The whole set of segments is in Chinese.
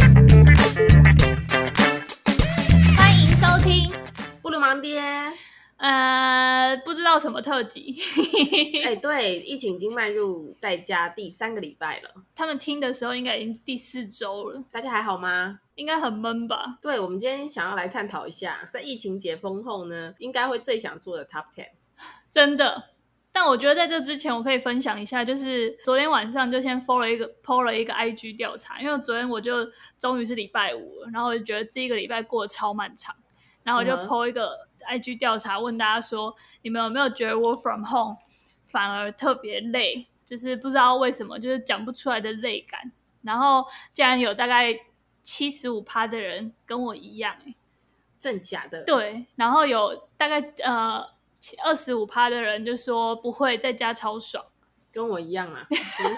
呃什么特辑， 哎、对，疫情已经迈入在家第三个礼拜了，他们听的时候应该已经第四周了，大家还好吗？应该很闷吧？对，我们今天想要来探讨一下，在疫情解封后呢，应该会最想做的 Top Ten。真的。但我觉得在这之前，我可以分享一下，就是昨天晚上就先 follow 了一个 PO 了一个 IG 调查，因为昨天我就终于是礼拜五了，然后我就觉得这一个礼拜过得超漫长，然后我就嗯哼 PO 一个 IG 调查，问大家说，你们有没有觉得 work from home 反而特别累？就是不知道为什么，就是讲不出来的累感。然后竟然有大概七十五趴的人跟我一样、欸，真假的？，对，然后有大概呃二十五趴的人就说不会，在家超爽，跟我一样啊，我 们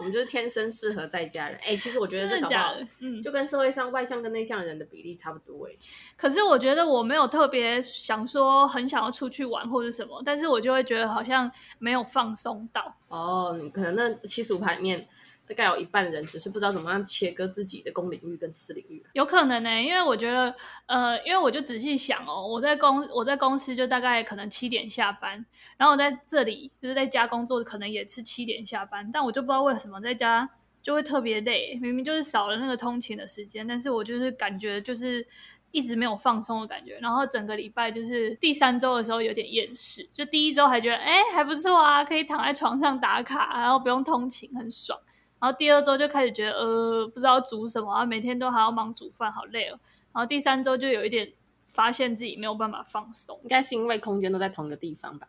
我们就是天生适合在家人。哎、其实我觉得这真的搞不假好的？嗯，就跟社会上外向跟内向人的比例差不多哎、可是我觉得我没有特别想说很想要出去玩或者什么，但是我就会觉得好像没有放松到。哦，你可能那七十五排里面，大概有一半人只是不知道怎么样切割自己的公领域跟私领域。有可能呢、欸因为我觉得，呃，因为我就仔细想哦，我在公我在公司就大概可能七点下班，然后我在这里就是在家工作，可能也是七点下班，但我就不知道为什么在家就会特别累，明明就是少了那个通勤的时间，但是我就是感觉就是一直没有放松的感觉，然后整个礼拜就是第三周的时候有点厌世，就第一周还觉得哎还不错啊，可以躺在床上打卡，啊然后不用通勤，很爽。然后第二周就开始觉得呃不知道煮什么啊，每天都还要忙煮饭，好累哦。然后第三周就有一点发现自己没有办法放松，应该是因为空间都在同一个地方吧？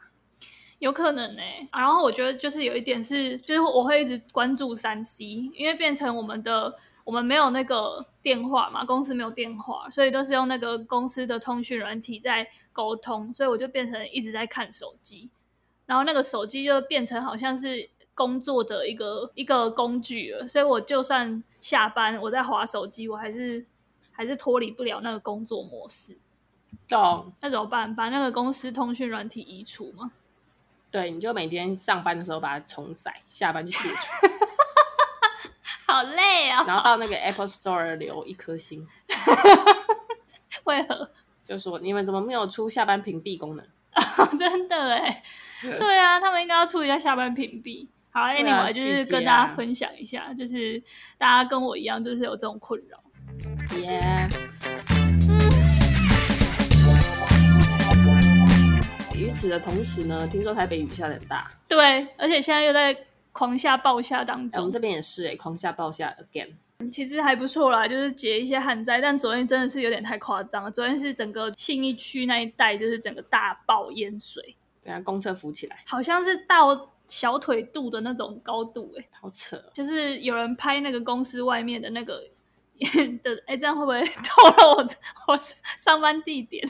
有可能呢、啊然后我觉得就是有一点是，就是我会一直关注三 C，因为变成我们的我们没有那个电话嘛，公司没有电话，所以都是用那个公司的通讯软体在沟通，所以我就变成一直在看手机，然后那个手机就变成好像是工作的一个一个工具了，所以我就算下班我在划手机，我还是还是脱离不了那个工作模式。懂。那怎么办？把那个公司通讯软体移除吗？对，你就每天上班的时候把它重载，下班就卸除，好累啊、然后到那个 Apple Store 留一颗星，为何？就说你们怎么没有出下班屏蔽功能？ 真的哎，对啊，他们应该要处理一下下班屏蔽。好对啊，anyway，、就是拒接啊跟大家分享一下，就是大家跟我一样，就是有这种困扰。耶、与此的同时呢，听说台北雨下的很大，对，而且现在又在狂下暴下当哎我中们，这边也是哎、狂下暴下 again。其实还不错啦，就是解一些旱灾。但昨天真的是有点太夸张了，昨天是整个信义区那一带就是整个大爆淹水，等下公车浮起来，好像是到小腿肚的那种高度哎、好扯哦！就是有人拍那个公司外面的那个 的，哎、这样会不 会透露我我上班地点？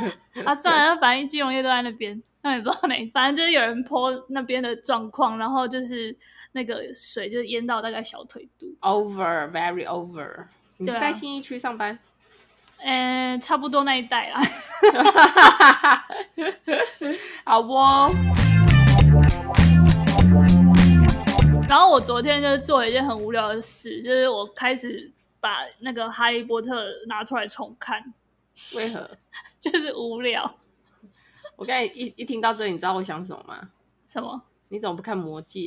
啊，算了，反正金融业都在那边，那也不知道哪，反正就是有人 po 那边的状况，然后就是那个水就淹到大概小腿肚， over very 哦 over。你是对啊在信义区上班？ 嗯、差不多那一带啦。 好哦，然后我昨天就是做了一件很无聊的事，就是我开始把那个《哈利波特》拿出来重看， 为何？就是无聊我刚才一一听到这里，你知道我想什么吗？什么。你怎么不看《魔戒》？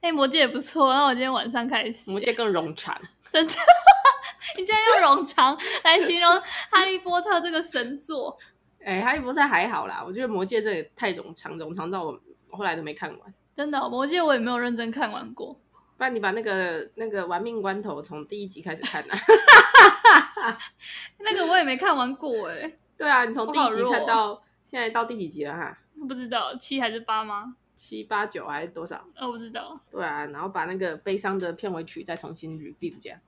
哎、魔戒也不错，那我今天晚上开始《魔戒》更冗长。真的， 你竟然用冗长来形容《哈利波特》这个神作， 哎、哈利波特》还好啦，我觉得《魔戒》这也太冗长，冗长到我我后来都没看完。真的、哦，《魔戒》我也没有认真看完过。不然你把那个那个玩命关头从第一集开始看啊？ 那个我也没看完过哎、对啊，你从第一集我好弱哦看到现在到第几集了哈？不知道七还是八吗？七八九还是多少？呃、我不知道。对啊，然后把那个悲伤的片尾曲再重新 review 这样。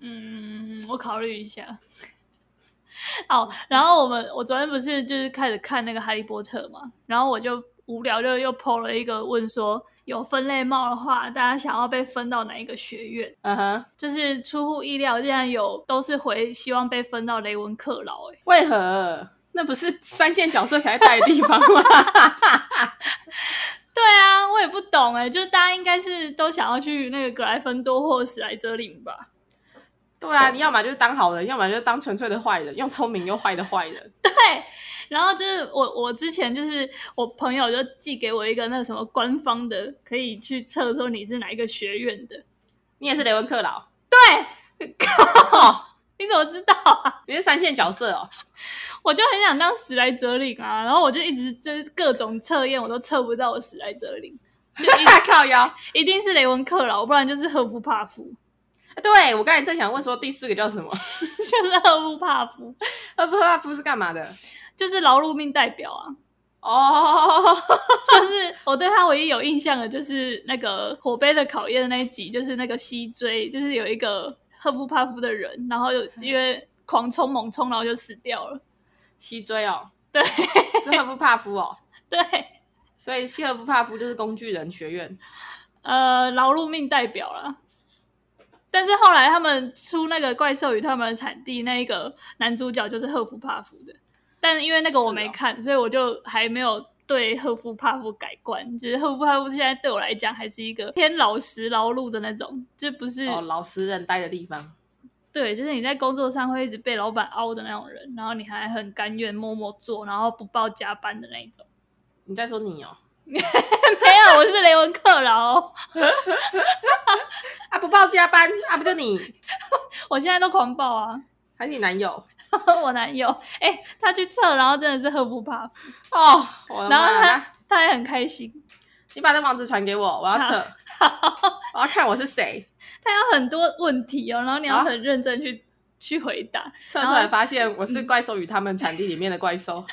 嗯，我考虑一下。哦，然后我们我昨天不是就是开始看那个《哈利波特》嘛，然后我就无聊就又 PO 了一个问说，有分类帽的话，大家想要被分到哪一个学院？嗯哼，就是出乎意料，竟然有都是回希望被分到雷文克劳、欸，为何？那不是三线角色才带的地方吗？ 对啊，我也不懂哎、欸，就是大家应该是都想要去那个格莱芬多或史莱哲林吧？对啊，你要么就是当好人，要么就是当纯粹的坏人，又聪明又坏的坏人。然后就是我，我之前就是我朋友就寄给我一个那个什么官方的，可以去测说你是哪一个学院的。你也是雷文克劳，对，靠，你怎么知道 啊？你是三线角色哦。我就很想当史莱哲林啊，然后我就一直就是各种测验我都测不到我史莱哲林，就一大哎靠腰。一定是雷文克劳，不然就是赫夫帕夫， 对我刚才正想问说第四个叫什么？就是赫夫帕夫，赫夫帕夫是干嘛的？就是劳碌命代表啊。哦，就是我对他唯一有印象的，就是那个火杯的考验的那一集，就是那个西追，就是有一个赫夫帕夫的人，然后嗯有因为狂冲猛冲，然后就死掉了。西追哦，对是赫夫帕夫哦，对，所以西赫夫帕夫就是工具人学院。呃，劳碌命代表了。但是后来他们出那个怪兽与他们的产地，那一个男主角就是赫夫帕夫的，但因为那个我没是哦看，所以我就还没有对赫夫帕夫改观。就是赫夫帕夫现在对我来讲还是一个偏老实劳碌的那种，就不是哦，老实人待的地方。对，就是你在工作上会一直被老板凹的那种人，然后你还很甘愿默默做，然后不报加班的那一种。 你在说你哦？没有，我是雷文克劳，啊，不报加班啊，不就你，我现在都狂报啊！ 还是你男友？我男友，哎、他去测，然后真的是喝不怕，哦，我的然后妈他呀！他还很开心，你把那网址传给我，我要测，我要看我是谁。他有很多问题哦，然后你要很认真去、去回答，测出来发现我是嗯怪兽与他们产地里面的怪兽。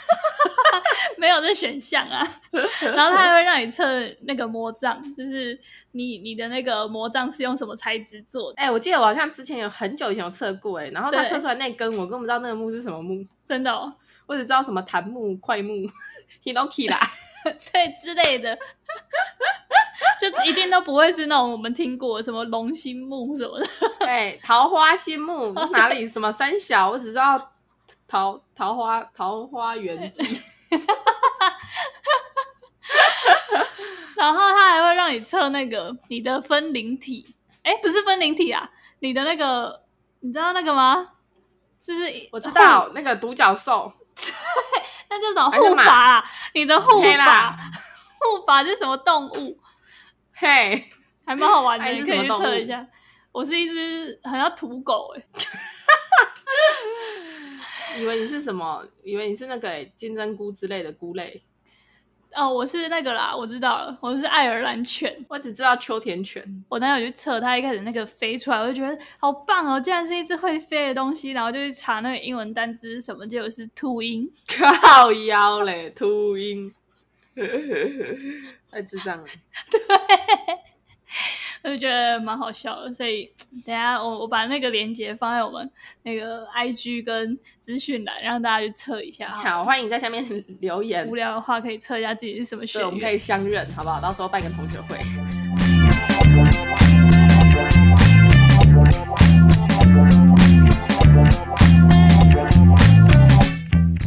没有这选项啊。 然后他还会让你测那个魔杖，就是你你的那个魔杖是用什么材质做的，哎、我记得我好像之前有很久以前有测过、哎，然后他对测出来那根，我根本不知道那个木是什么木，真的、哦，我只知道什么檀木、桧木、hinoki 啦。 对之类的，就一定都不会是那种我们听过的什么龙心木什么的。对，哎桃花心木哪里什么三小，我只知道桃桃花桃花源记。然后它还会让你测那个你的分灵体，哎，不是分灵体啊，你的那个，你知道那个吗？就是我知护，道那个独角兽，那叫什么还是护马法、啊？你的护嘿法啦，护法是什么动物？嘿，还蛮好玩的，哎你是可以什去么动测物一下。我是一只好像土狗哎、以为你是什么？以为你是那个、哎金针菇之类的菇类，哦，我是那个啦，我知道了，我是爱尔兰犬。我只知道秋田犬。 我男友去测，他一开始那个飞出来，我就觉得好棒哦，竟然是一只会飞的东西。然后就去查那个英文单词是什么，结果是秃鹰。靠腰嘞，秃鹰， 太智障了。我就觉得蛮好笑的。所以等一下我我把那个链接放在我们那个 IG 跟资讯栏，让大家去测一下哈。好，欢迎在下面留言无，聊的话可以测一下自己是什么学对，我们可院。以相认，好不好？到时候办个同学会。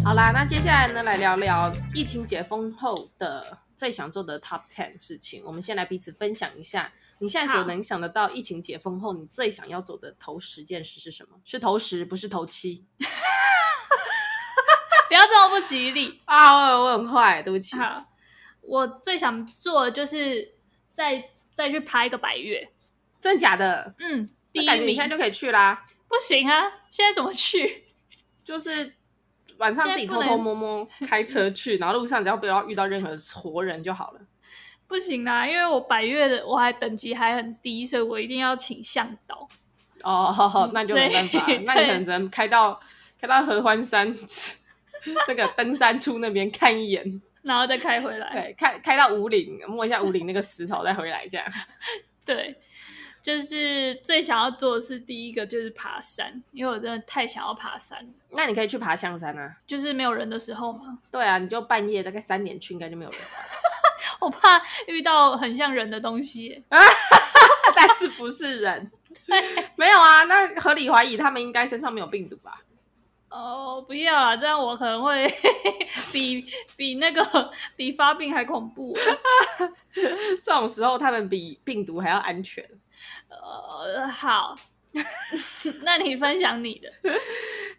好啦，那接下来呢，来聊聊疫情解封后的最想做的 Top Ten 事情。我们先来彼此分享一下，你现在所好能想得到，疫情解封后你最想要做的头十件事是什么？是头十，不是头七不要这么不吉利。啊！我我很坏，对不起。好，我最想做的就是再再去拍一个百月。真的假的？嗯，第那一感觉你名现在就可以去啦。不行啊，现在怎么去？就是晚上自己现在偷不能偷摸 摸开车去，然后路上只要不要遇到任何活人就好了。不行啦，因为我百越的我还等级还很低，所以我一定要请向导。哦 嗯，那就没办法所以，那你可能只能开到开到合欢山 那个登山处那边看一 眼，然后再开回来。对，开开到五岭摸一下五岭那个石头再回来这样。对，就是最想要做的是第一个就是爬山，因为我真的太想要爬山了， 那你可以去爬象山啊。就是没有人的时候嘛，对啊，你就半夜大概三点去，应该就没有 人了，我怕遇到很像人的东西耶。但是不是人？ 没有啊，那合理怀疑他们应该身上没有病毒吧？ 哦，不要啦，这样我可能会 比比那个比发病还恐怖。这种时候他们比病毒还要安全。哦呃，好， 那你分享你的，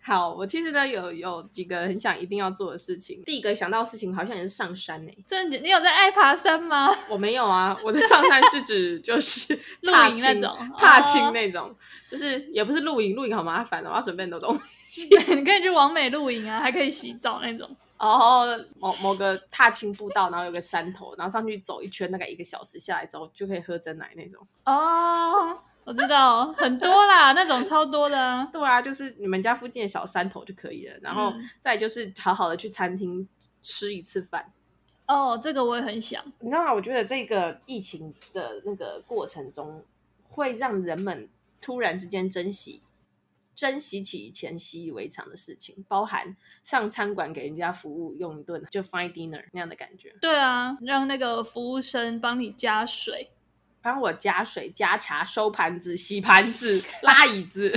好，我其实呢有有几个很想一定要做的事情。第一个想到的事情好像也是上山呢、真的，你有在爱爬山吗？我没有啊，我的上山是指就是 露踏营那青种踏哦青那种，就是也不是露营，露营好麻烦哦的、我要准备很 多东西。你可以去完美露营啊，还可以洗澡那种。然哦后 某某个踏青步道，然后有个山头，然后上去走一圈，大概一个小时下来之后就可以喝真奶那种。哦，我知道，很多啦，那种超多的啊。对啊，就是你们家附近的小山头就可以了。然后嗯再来就是好好的去餐厅吃一次饭。哦，这个我也很想。你知道吗？我觉得这个疫情的那个过程中，会让人们突然之间珍惜。珍惜起以前习以为常的事情，包含上餐馆给人家服务用一顿就 fine dinner 那样的感觉。对啊，让那个服务生帮你加水。帮我加水、加茶、收盘子、洗盘子、 拉椅子。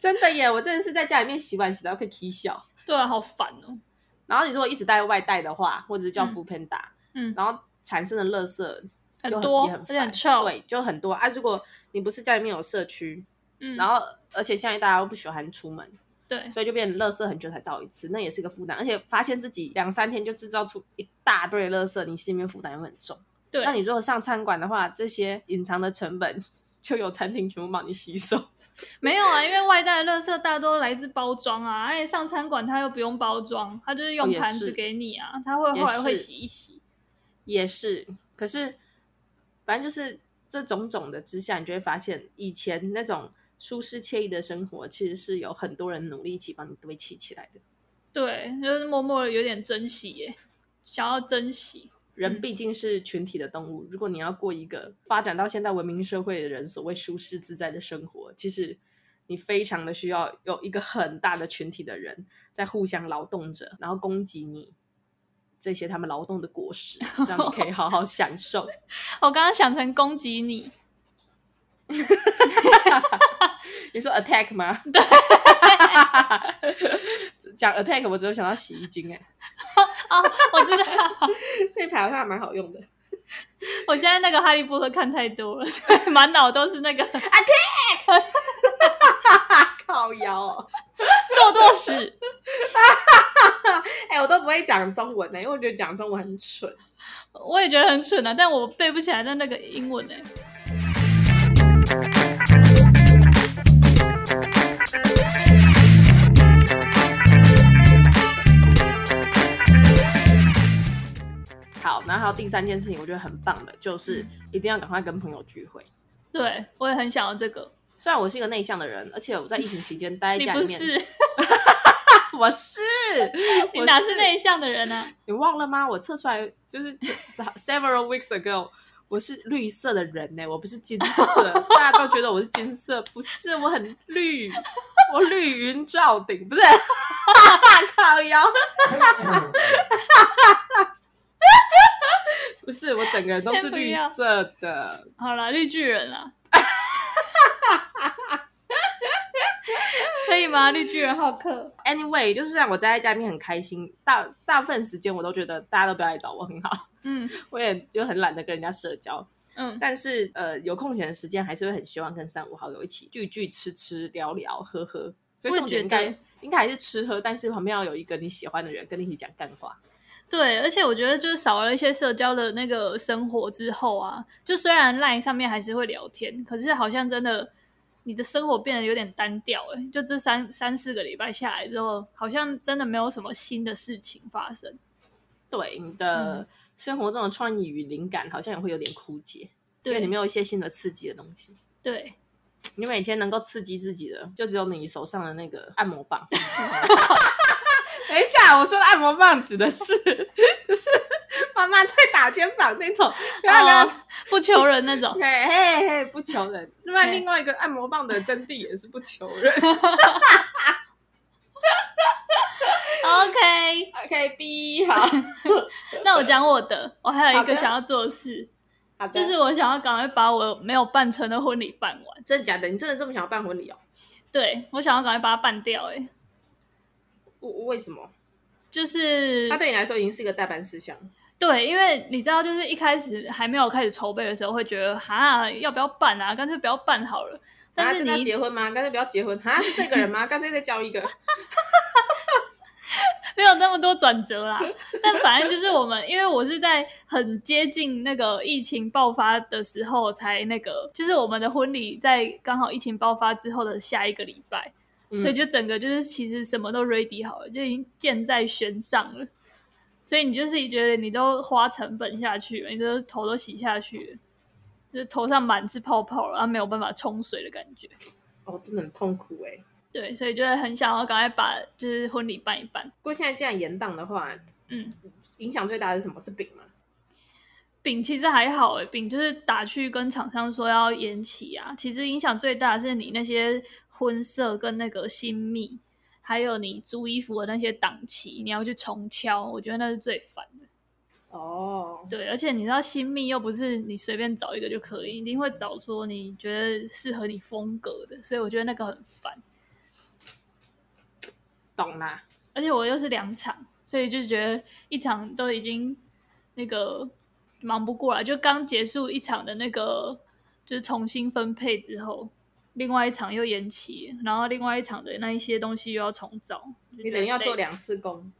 真的耶，我真的是在家里面洗碗洗到快起笑。对啊，好烦哦。然后你如果一直带外带的话，或者是叫嗯 f o o p a n d a 嗯，然后产生的垃圾又多，也而很且很烦臭。对，就很多啊。如果你不是家里面有社区，嗯，然后而且现在大家又不喜欢出门，对，所以就变成垃圾很久才倒一次，那也是个负担。而且发现自己两三天就制造出一大堆垃圾，你心里面负担会很重。对，那你如果上餐馆的话，这些隐藏的成本就有餐厅全部帮你吸收。没有啊，因为外带的垃圾大多来自包装啊，而且上餐馆它又不用包装，它就是哦用也盘子是给你啊，它会也后来会是洗一洗。也是，可是反正就是这种种的之下，你就会发现以前那种舒适惬意的生活，其实是有很多人努力一起帮你堆砌起来的。对，就是默默的有点珍惜耶，想要珍惜。人嗯毕竟是群体的动物，如果你要过一个发展到现代文明社会的人所谓舒适自在的生活，其实你非常的需要有一个很大的群体的人在互相劳动着，然后供给你这些他们劳动的果实，让你可以好好享受。我刚刚想成攻击你，你说 attack 吗？讲 attack，我只有想到洗衣精哎、 哦，我知道，那牌好像还蛮好用的。我现在那个哈利波特看太多了，所以满脑都是那 个靠腰哦，豆豆屎。哎、我都不会讲中文呢、欸因为我觉得讲中文很蠢。 我也觉得很蠢啊，但我背不起来的那个英文哎、好，然后还有第三件事情，我觉得很棒的，就是一定要赶快跟朋友聚会。对我也很想要这个。虽然我是一个内向的人，而且我在疫情期间待在你家不里面，是，我是， 你我哪是内向的人啊？你忘了吗？我测出来就是 several weeks ago，我是绿色的人呢、我不是金色，大家都觉得我是金色，不是，我很绿，我绿云罩顶，不是，靠腰，不是，我整个人都是先不绿要色的。好啦， 绿巨人 啊，可以吗？绿巨人好客， Anyway，就是让我宅在家里面很开心，大大部分时间我都觉得大家都不要来找我很好， 嗯我也就很懒得跟人家社交。嗯，但是呃，有空闲的时间还是会很希望跟三五好友一起聚聚、吃吃、聊聊、喝喝。所以我也重点应觉得该应该还是吃喝，但是旁边要有一个你喜欢的人跟你一起讲干话。对，而且我觉得就是少了一些社交的那个生活之后啊，就虽然 LINE 上面还是会聊天，可是好像真的你的生活变得有点单调哎、就这三三四个礼拜下来之后，好像真的没有什么新的事情发生。对你的嗯生活中的创意与灵感好像也会有点枯竭，因对为你没有一些新的刺激的东西。对，你每天能够刺激自己的，就只有你手上的那个按摩棒。 等一下，我说的按摩棒指的是，就是妈妈在打肩膀那种，不要不要，哦不求人那种。嘿嘿嘿，不求人。另外嘿另外一个按摩棒的真谛也是不求人。 OK， OK B，好，那我讲我的，我还有一好的个想要做的事，好的，就是我想要赶快把我没有办成的婚礼办完。真的假的？你真的这么想要办婚礼哦？对我想要赶快把它办掉、欸，哎，我我为什么？就是啊它对你来说已经是一个代办事项。对，因为你知道，就是一开始还没有开始筹备的时候，会觉得哈，要不要办啊？干脆不要办好了。但啊是跟你他一结婚吗？干脆不要结婚啊！是这个人 吗？干脆再交一个。没有那么多转折啦。但反正就是我们，因为我是在很接近那个疫情爆发的时候才那个，就是我们的婚礼在刚好疫情爆发之后的下一个礼拜，嗯所以就整个就是其实什么都 ready 好了，就已经箭在弦上了。所以你就是觉得你都花成本下去了，你都头都洗下去了，就是头上满是泡泡了，然后啊没有办法冲水的感觉。哦，真的很痛苦哎、对，所以就会很想要赶快把就是婚礼办一办。不过现在这样延档的话，嗯，影响最大的是什么？是饼吗？饼其实还好诶，饼就是打去跟厂商说要延期啊。其实影响最大的是你那些婚摄跟那个新密，还有你租衣服的那些档期，你要去重敲，我觉得那是最烦的。哦，对，而且你知道新密又不是你随便找一个就可以，一定会找说你觉得适合你风格的，所以我觉得那个很烦。懂啦。而且我又是两场，所以就觉得一场都已经那个忙不过来，就刚结束一场的那个就是重新分配之后，另外一场又延期，然后另外一场的那一些东西又要重找，你等于要做两两次工，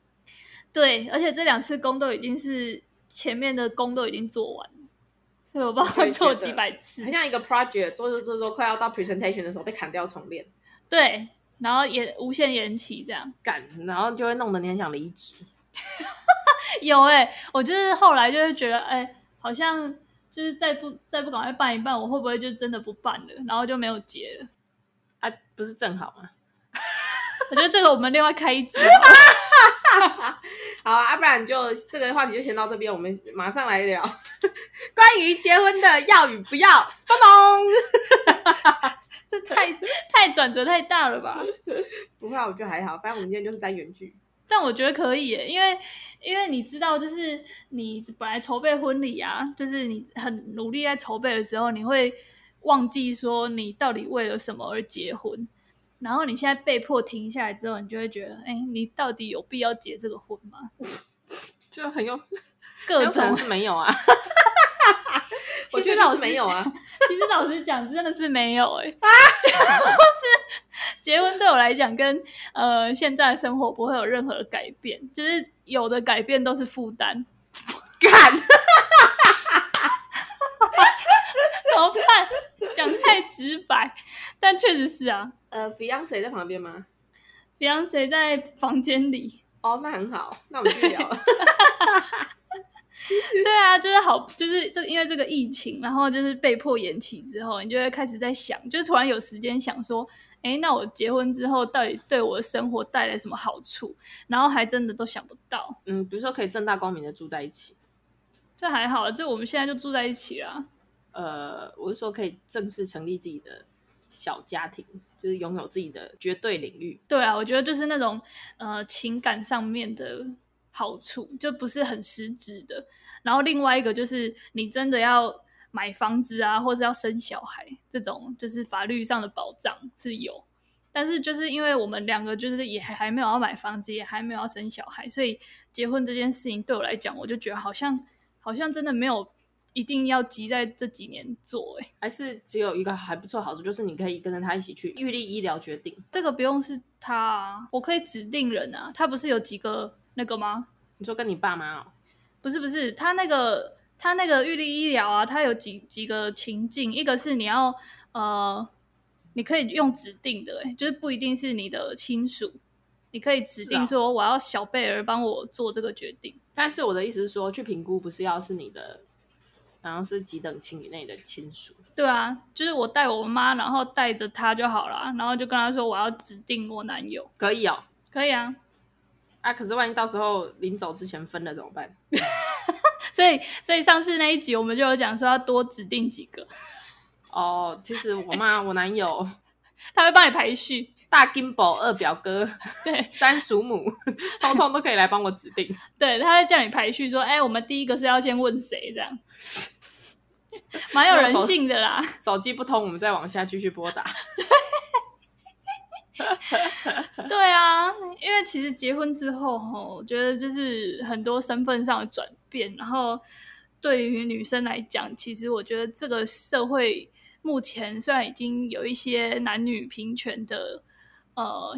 对，而且这两次工都已经是前面的工都已经做完了，所以我不知道我就会做觉得几百次很，像一个 project，做做做做，快要到 presentation 的时候被砍掉重练，对，然后也无限延期这样。干，然后就会弄得你很想离职。 有哎、我就是后来就会觉得，哎、好像就是再不再不赶快办一办，我会不会就真的不办了？然后就没有结了。啊，不是正好吗？我觉得这个我们另外开一集好了好啊，不然就这个话题就先到这边，我们马上来聊 关于结婚的要与不要。咚咚，这太太转折太大了吧？不会啊，我觉得还好，反正我们今天就是单元剧。但我觉得可以、欸，因为因为你知道，就是你本来筹备婚礼啊，就是你很努力在筹备的时候，你会忘记说你到底为了什么而结婚。然后你现在被迫停下来之后，你就会觉得，哎、你到底有必要结这个婚吗？就很有，各有可种能是没 有啊，其我觉实得老是师没有啊讲。 其实老实讲，真的是没有哎、 啊，就是结婚对我来讲，跟呃现在的生活不会有任何的改变，就是有的改变都是负担，干，怎么办？讲太直白，但确实是啊。呃，Beyonce 在旁边吗？ Beyonce 在房间里，哦，那很好，那我们继续聊。 对啊，就是好，就是这因为这个疫情，然后就是被迫延期之后，你就会开始在想，就是突然有时间想说，哎，那我结婚之后到底对我的生活带来什么好处？然后还真的都想不到。嗯，比如说可以正大光明的住在一起，这还好，这我们现在就住在一起啦。呃，我是说可以正式成立自己的小家庭，就是拥有自己的绝对领域。对啊，我觉得就是那种呃情感上面的好处，就不是很实质的。然后另外一个就是你真的要买房子啊，或是要生小孩这种，就是法律上的保障是有。但是就是因为我们两个就是也还还没有要买房子，也还没有要生小孩，所以结婚这件事情对我来讲，我就觉得好像好像真的没有一定要急在这几年做、欸，还是只有一个还不错好处，就是你可以跟着他一起去预立医疗决定。这个不用是他啊，我可以指定人啊。他不是有几个那个吗？你说跟你爸妈哦，不是不是，他那个他那个预立医疗啊，他有几几个情境，一个是你要呃，你可以用指定的、欸，就是不一定是你的亲属，你可以指是啊定说我要小贝儿帮我做这个决定。但是我的意思是说，去评估不是要是你的，然后是几等亲以内的亲属。对啊，就是我带我妈，然后带着她就好了，然后就跟她说我要指定我男友，可以哦。可以啊。啊，可是万一到时候临走之前分了怎么办？所以所以上次那一集我们就有讲说要多指定几个，哦，其实我妈、我男友、他会帮你排序。大金宝、二表哥、对 三叔母，通通都可以来帮我指定。对，他会叫你排序，说：“哎、我们第一个是要先问谁？”这样，蛮有人性的啦。手机不通，我们再往下继续拨打。对啊，因为其实结婚之后，吼，我觉得就是很多身份上的转变，然后对于女生来讲，其实我觉得这个社会目前虽然已经有一些男女平权的呃，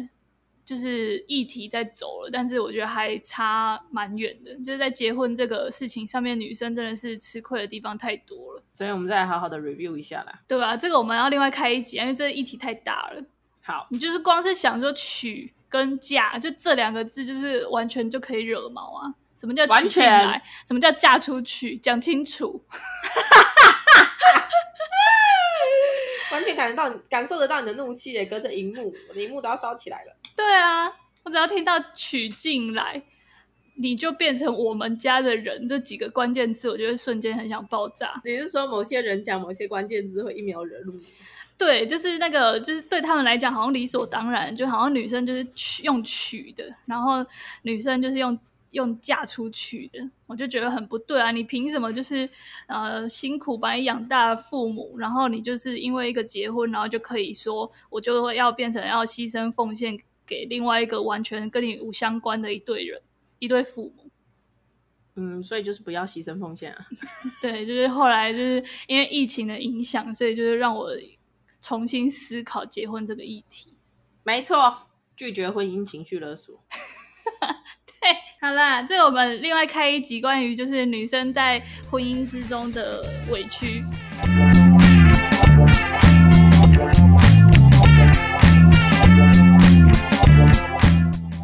就是议题在走了，但是我觉得还差蛮远的，就是在结婚这个事情上面，女生真的是吃亏的地方太多了，所以我们再来好好的 review 一下啦。对吧、这个我们要另外开一集，啊因为这个议题太大了。好，你就是光是想说娶跟嫁，就这两个字，就是完全就可以惹毛啊！什么叫完娶进全来？什么叫嫁出去？讲清楚。完全感觉到你感受得到你的怒气耶，隔着荧幕，我的荧幕都要烧起来了。对啊，我只要听到娶进来，你就变成我们家的人这几个关键字，我就会瞬间很想爆炸。你是说某些人讲某些关键字会一秒惹怒你？对，就是那个，就是对他们来讲好像理所当然，就好像女生就是娶用娶的，然后女生就是用用嫁出去的，我就觉得很不对啊！你凭什么就是呃辛苦把你养大的父母，然后你就是因为一个结婚，然后就可以说我就会要变成要牺牲奉献给另外一个完全跟你无相关的一对人，一对父母。嗯，所以就是不要牺牲奉献啊。对，就是后来就是因为疫情的影响，所以就是让我重新思考结婚这个议题。没错，拒绝婚姻情绪勒索。嘿， 好啦，这个我们另外开一集关于就是女生在婚姻之中的委屈。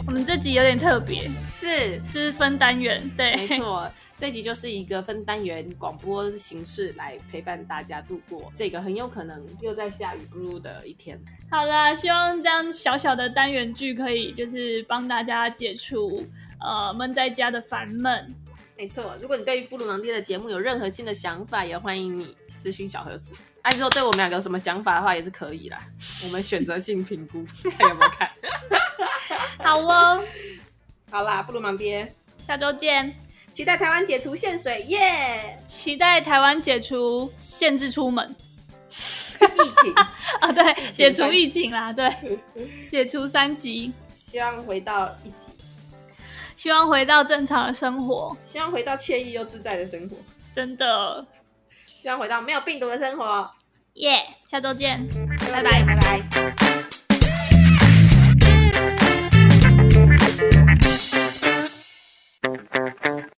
我们这集有点特别，是，这是分单元，没对，错，这集就是一个分单元广播形式来陪伴大家度过这个很有可能又在下雨 blue 的一天。 好啦，希望这样小小的单元剧可以就是帮大家解除呃闷在家的烦闷。没错，如果你对于布鲁囊爹的节目有任何新的想法，也欢迎你私讯小盒子。哎、啊，如果对我们两个有什么想法的话，也是可以啦。我们选择性评估， 看有没有看。好哦，好啦，布鲁芒爹，下周见，期待台湾解除限水耶期待台湾解除限制出门。疫 情， 啊，对，解除三疫级情啦，对，解除三级，希望回到一起，希望回到正常的生活，希望回到惬意又自在的生活，真的希望回到没有病毒的生活。耶下周见，拜拜拜拜。